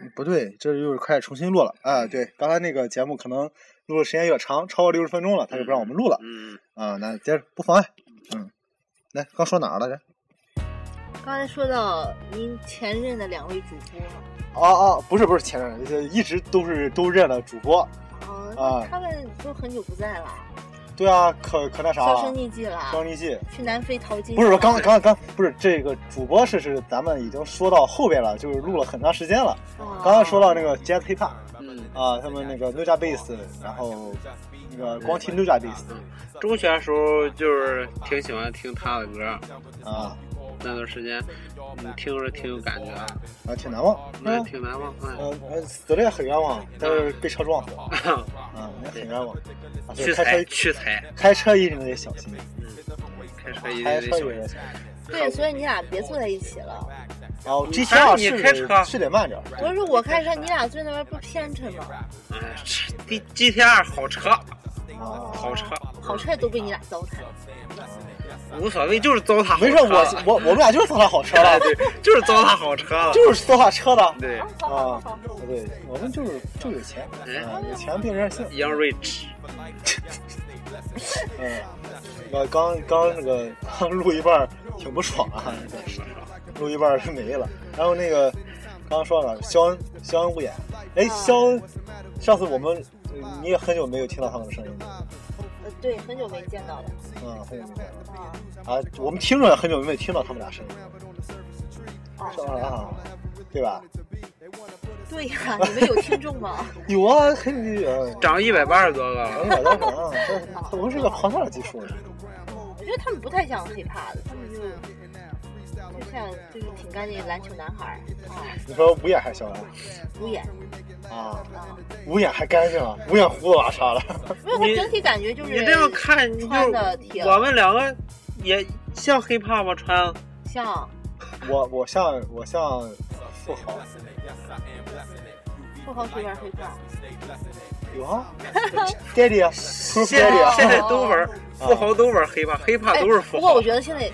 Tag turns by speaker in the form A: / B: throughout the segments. A: 嗯不对，这又是开始重新录了。啊，对，刚才那个节目可能录的时间有点长，超过六十分钟了，他就不让我们录了。
B: 嗯，
A: 啊，那接着不妨碍。嗯，来，刚说哪儿来着？
C: 刚才说到您前任的两位主播，
A: 哦哦，不是不是前任，就是一直都是都认了主播。
C: 嗯、
A: 啊
C: 他们都很久不在了，
A: 对啊，可可那啥
C: 销声
A: 了，
C: 匿迹了，
A: 张立记。
C: 去南非淘金。
A: 不是，刚刚刚不是这个主播是是咱们已经说到后边了，就是录了很长时间了。
C: 哦
A: 刚刚说到那个 Jazz Hip Hop
B: 嗯
A: 啊，他们那个 Nuja Bass，然后那个光听 Nuja Bass
B: 中学的时候就是挺喜欢听他的歌，
A: 啊，
B: 那段时间，嗯，听着挺有感觉的，
A: 啊挺难忘，是
B: 那
A: 吧？
B: 挺难忘。嗯，
A: 呃呃，死了也很冤枉，但是被车撞死了， 啊，也很冤枉。啊，所以
B: 屈
A: 开
B: 才
A: 车
B: 屈才，嗯
A: 开车一定得小心，
B: 开车一定
A: 开
B: 得
A: 车
B: 小
A: 也
B: 心
A: 得。小心。
C: 对，所以你俩别坐在一起了。
A: 哦
B: 你
A: ，G T R
B: 嗯你
A: 是
B: 开车
A: 得是得慢点儿，
C: 我说我开车，你俩坐那边不偏抻吗？
B: 哎，G G T R 好车，
A: 啊
B: 好车，
C: 好车都被你俩糟蹋了。
B: 无所谓，就是糟蹋好车
A: 没事，我我我们俩就是坐他好车
B: 哎
A: 了，
B: 对， 就是糟蹋好车了。
A: 就是坐他车的。
B: 对
A: 啊，对，我们就是就有钱，
B: 嗯
A: 啊，有钱并任性。
B: ，Young Rich，
A: 嗯，我刚刚那个刚录一半儿挺不爽啊，录一半儿是没了。然后那个刚刚说了肖恩，肖恩无言。哎，肖恩，上次我们呃你也很久没有听到他们的声音了，
C: 呃，对，很久没见到了。
A: 嗯，很久没有了
C: 啊
A: 啊，我们听着很久没有听到他们俩声音了，是
C: 哦，
A: 吧？啊对吧？
C: 对呀、你们有听众吗？
A: 有啊，很久，呃
B: 长一百八十多个了。
A: 很老多人啊，这我们是个庞大的基数。
C: 我觉得他们不太像黑怕的，他们就就像就是挺干净的篮球男孩儿啊，
A: 你说无眼还是肖恩
C: 主演
A: 啊？
C: 啊，
A: 无眼还干净啊，无眼胡子拉碴了。
C: 没有，他整体感觉就是
B: 你这样看，你就
C: 穿的挺
B: 我们两个也像黑怕吗？穿
C: 像
A: 我我像我像富豪
C: 富豪学院黑怕，
A: 有啊 ，Daddy 啊，Proof
B: 现在
A: Daddy 啊，
B: 现在都玩富豪都玩黑怕，黑怕
C: 哎，
B: 都是富
C: 不过
B: 豪
C: 我。觉得现在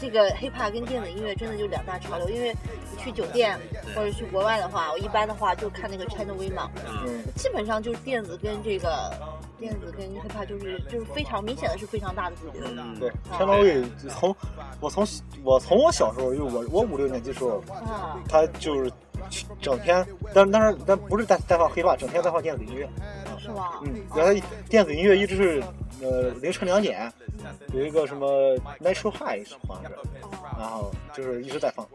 C: 这个黑怕跟电子音乐真的就两大潮流，因为你去酒店或者去国外的话，我一般的话就看那个 China V 嘛，
A: 嗯，
C: 基本上就是电子跟这个电子跟黑怕就是就是非常明显的是非常大的主流。
B: 嗯，
A: 对，天猫卫从我从我从我小时候，就我我五六年级时候，
B: 嗯
C: 啊，
A: 他就是整天，但但是但不是单单放黑怕，整天在放电子音乐，
C: 是吧？
A: 嗯，然后他电子音乐一直是呃凌晨两点有一个什么 Natural High 好像是，
B: 嗯
A: 然后就是一直在放，
C: 哦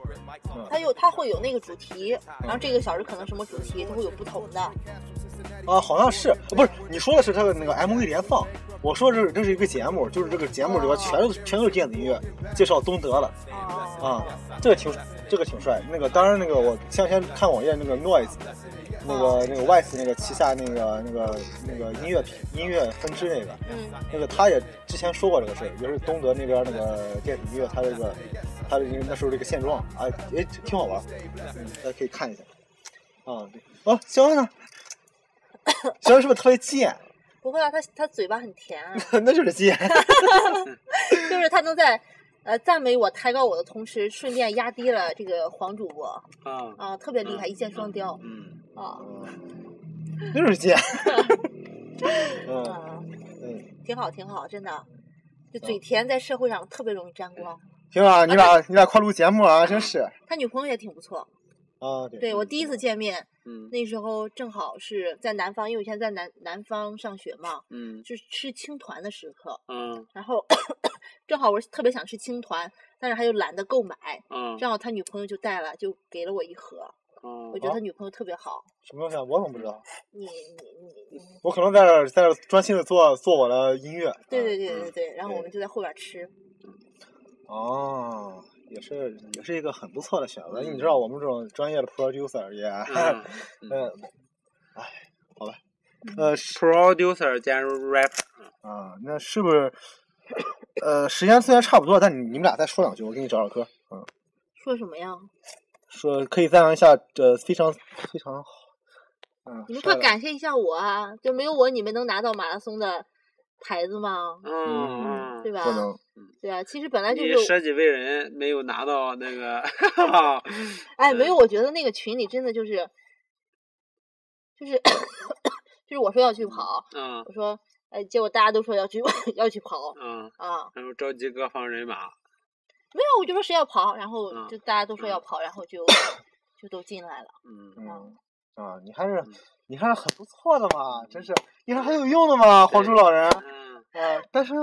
A: 嗯
C: 它有它会有那个主题，然后这个小时可能什么主题，它会有不同的。
A: 啊，好像是，不是你说的是他的那个 MV 连放，我说的是这是一个节目，就是这个节目里边全都全都是电子音乐，介绍东德的
C: 哦，
A: 啊，这个挺这个挺帅。那个当然那个我前两天看网页那个 Noise，那个那个 Wise 那个旗下那个那个那个音乐品音乐分支那个，
C: 嗯，
A: 那个他也之前说过这个事儿，就是东德那边那个电子音乐，他这个他这个那时候这个现状啊，也挺好玩，嗯，大家可以看一下。啊，对，哦，肖恩呢？肖恩是不是特别贱？
C: 不会啊，它它嘴巴很甜啊，
A: 那就是 贱。
C: 就是它能在呃赞美我、抬高我的同时，顺便压低了这个黄主播
B: 啊，
C: 啊，特别厉害，一箭双雕
B: 嗯，
C: 啊，
A: 就是贱。 嗯
C: 嗯，
A: 嗯，
C: 挺好，挺好，真的。就嘴甜在社会上特别容易沾光，
A: 行啊，你俩你俩快录节目啊，真是
C: 他女朋友也挺不错。
A: 啊，对，
C: 对我第一次见面，
B: 嗯
C: 那时候正好是在南方，因为我以前在南南方上学嘛，
B: 嗯
C: 就是吃青团的时刻。
B: 嗯
C: 然后 正好我是特别想吃青团，但是他又懒得购买，
B: 嗯哦
C: 正好他女朋友就带了，就给了我一盒。我觉得他女朋友特别好，
A: 什么东西啊？我怎么不知道？
C: 你你你，
A: 我可能在这儿在这儿专心的做做我的音乐。
C: 对对
A: 对。
C: 对对对，然后我
A: 啊嗯对
C: 们就在后边吃，
A: 哦，也是也是一个很不错的选择。你知道我们这种专业的 producer 也，
B: 嗯
A: 嗯，哎，好吧， 呃，是
B: ，producer 加入 rapper，
A: 啊，那是不是？呃，时间虽然差不多，但你你们俩再说两句，我给你找找歌。嗯，
C: 说什么呀？
A: 说可以赞扬一下，这非常非常好。嗯，
C: 你们
A: 帅
C: 快
A: 的
C: 感谢一下我啊！就没有我，你们能拿到马拉松的牌子吗？
B: 嗯
C: 对
B: 嗯，
C: 吧
A: 不？能。
C: 对啊，其实本来就
B: 你
C: 是，
B: 舍己为人没有拿到那个，哈哈，
A: 嗯
C: 哎，没有，我觉得那个群里真的就是就是就是我说要去跑，
B: 嗯
C: 我说呃，结果大家都说要去 要去跑
B: 嗯，
C: 啊，
B: 然后召集各方人马，
C: 没有，我就说谁要跑，然后
B: 嗯
C: 就大家都说要
B: 嗯
C: 跑，然后 就就都进来了。
B: 嗯，
A: 嗯
C: 嗯
A: 啊，你还是你还是很不错的嘛，真
C: 嗯
A: 是你还很有用的嘛，黄鼠老人啊！
B: 嗯，
A: 但是呢，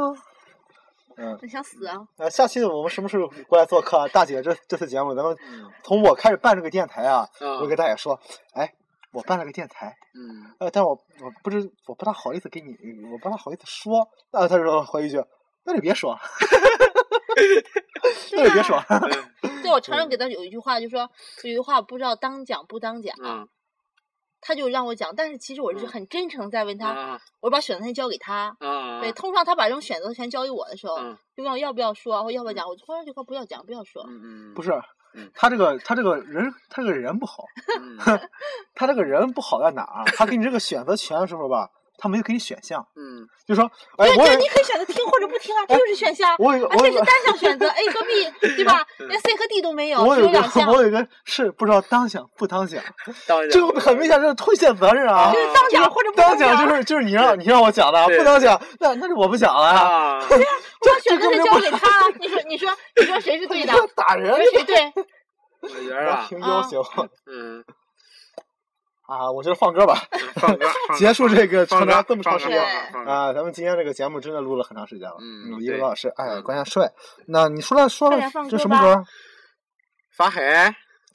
A: 嗯，
C: 你想死啊？
A: 啊，下期我们什么时候过来做客啊？大姐这，这次节目咱们从我开始办这个电台啊，嗯我
B: 嗯
A: 跟大姐说，哎，我办了个电台，
B: 嗯，
A: 呃，但我我不知我不大好意思给你，我不大好意思说。啊，她说回一句，那你别说，那你别说，嗯
C: 对，我常常给他有一句话，就说有一句话不知道当讲不当讲，
B: 嗯
C: 他就让我讲，但是其实我是
B: 嗯
C: 很真诚在问
A: 嗯
C: 他，
B: 啊
C: 我把选择权交给他。
B: 啊，
C: 对，通常他把这种选择权交给我的时候，
B: 嗯
C: 就问我要不要说，或要不
A: 嗯
C: 要讲，我突然就说不要讲，不要说。
B: 嗯嗯，
A: 不
B: 是，
A: 是
B: 嗯，
A: 她这个她这个人她这个人不好，她这个人不好在哪儿啊？她给你这个选择权的时候吧，她没有给你选项，
B: 嗯
A: 就说，哎，
C: 对
A: 我
C: 对，
A: 也哎
C: 你可以选择听或者不听啊，这就是选 项，
A: 我有
C: 而
A: 我
C: 且是
A: 有。
C: 单项选择 A 和 B，对吧？连 C 和 D 都没有，
A: 我
C: 只
A: 有
C: 有
A: 一个
C: 两项，
A: 我有一个事不知道当讲不当讲，
B: 当然
A: 这个很明显是推卸责任啊
C: 就。是当讲或者不
A: 当
C: 讲。
A: 讲就是就是你让你让我讲的，啊
B: 对
A: 不当讲那那是我不讲了啊。
B: 啊，
C: 我把选择权交给他，你说你说你说谁是对的？
A: 打人
C: 谁 是对？
B: 我觉得啊，
A: 挺要求
B: 嗯，
A: 啊！我觉得放歌吧，
B: 放歌，
A: 结束这个长
B: 放
A: 达
B: 歌
A: 这么长时间
C: 对
B: 放歌，
A: 啊！咱们今天这个节目真的录了很长时间了，
B: 嗯
A: 一个
B: 对
A: 多小时。哎，
B: 嗯
A: 关键帅。那你说了说了
C: 快点放
A: 这
C: 歌
A: 什么
C: 吧
A: 歌儿？
B: 法海，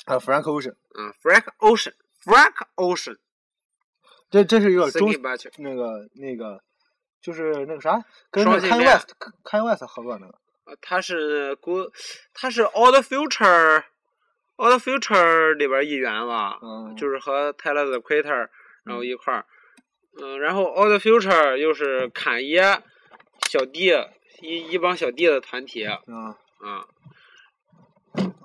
A: 啊，Frank Ocean，
B: 嗯，Frank Ocean，Frank Ocean，
A: 这这是一个周
B: Singing b a t
A: 那个那个，就是那个啥，跟那个
B: 双性
A: Kanye
B: 恋
A: West，Kanye West 合作那个。
B: 呃他是国，他是 All the Future，All the Future 里边一员吧，
A: 嗯，
B: 就是和 Tyler the Creator 然后一块儿，嗯，然后 All the Future 又是侃爷小弟一一帮小弟的团体啊，
A: 嗯。
B: 嗯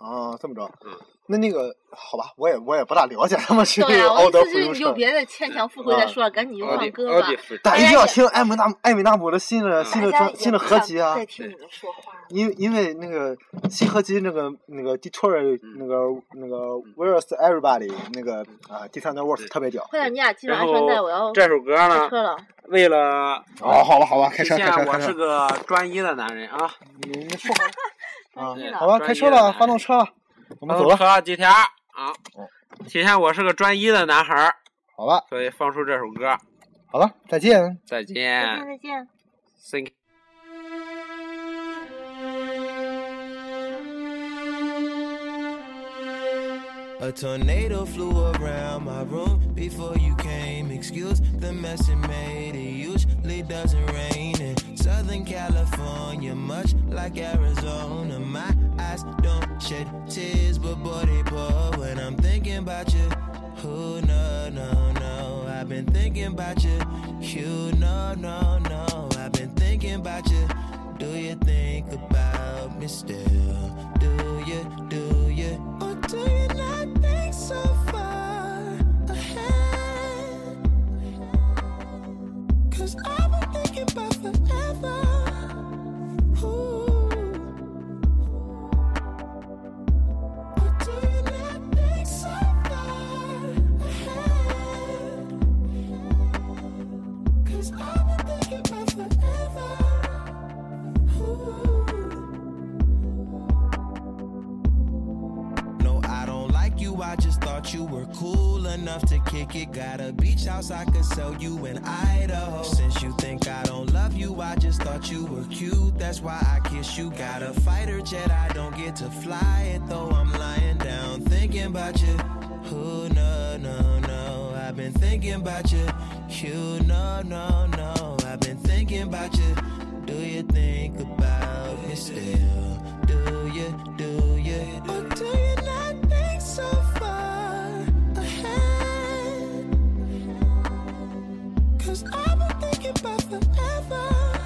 A: 啊，这么着
B: 嗯，
A: 那那个好吧，我也我也不大了解他们是嗯
C: 对
A: 那
C: 呀，
A: 个
C: 我
A: 奥德
C: 意思
A: 福
C: 是
A: 优
C: 你有
A: 胜，
C: 别的牵强附会再说了，赶紧就
B: 奥
C: 放
B: 迪
C: 歌
B: 奥
C: 吧
B: 迪。夫人，
A: 但一定要听艾姆纳艾米纳姆的新
B: 嗯
A: 的新的
C: 大家
A: 专
C: 也
A: 新的
C: 不
A: 合
C: 想
A: 集啊
C: 再，听你们说话了。
A: 因因为那个新合集那个那个 Detroit
B: 嗯
A: 那个那个 Where's Everybody 那个啊第三段 Words
B: 对
A: 特别屌。
C: 快点，你俩系上
B: 然
C: 安
B: 后
C: 全带，我要
B: 这首歌
C: 开
B: 呢，
C: 车了。
B: 为了
A: 哦，好吧，好吧，
B: 体
A: 开车
B: 现
A: 开车
B: 啊我
A: 开
B: 是
A: 车，
B: 个专一的男人啊，
A: 你你说 好啊
C: 专业，的
A: 好吧，开车
B: 专业
A: 了，
B: 的
A: 发动车了，我们走
B: 了
A: 了，
B: 车几天啊
A: 哦，
B: 体现我是个专一的男孩儿，
A: 好吧，
B: 所以放出这首歌，
A: 好了，再见。
B: 再
C: 再见
B: 见
C: 再见。
B: ，Thank。
D: A tornado flew around my room before you came. Excuse the mess it made. It usually doesn't rain in Southern California, much like Arizona. My eyes don't shed tears, but boy, they pour when I'm thinking about you. Who no, no, no. I've been thinking about you. You no, no, no. I've been thinking about you. Do you think about me still? Do you, do you? Or do you not think so far ahead? Cause I've been thinking about forever. Ooh. Or do you not think so far ahead? Cause I've been thinking about forever. Ooh. No, I don't like you. I just thought you were cool enough to kick it. Got a beach house I could sell you in Idaho. Since you think I don't love you, I just thought you were cute. That's why I kiss you. Got a fighter jet. I don't get to fly it though. I'm lying down thinking about you. Who no no no? I've been thinking about you. You no no no. I've been thinking about you. Do you think about me still? Do you, do you? Or do you not think so far ahead? Cause I've been thinking about forever.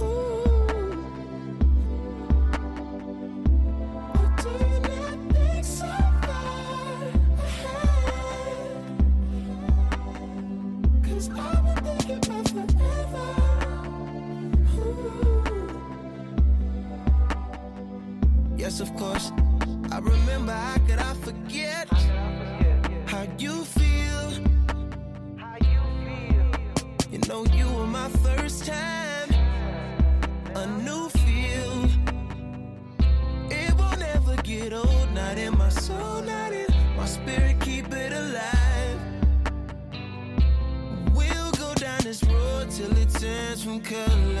D: Ooh. Or do you not think so far ahead? Cause I've been thinking about forever. Ooh. Yes, of course. I remember how could I forget? could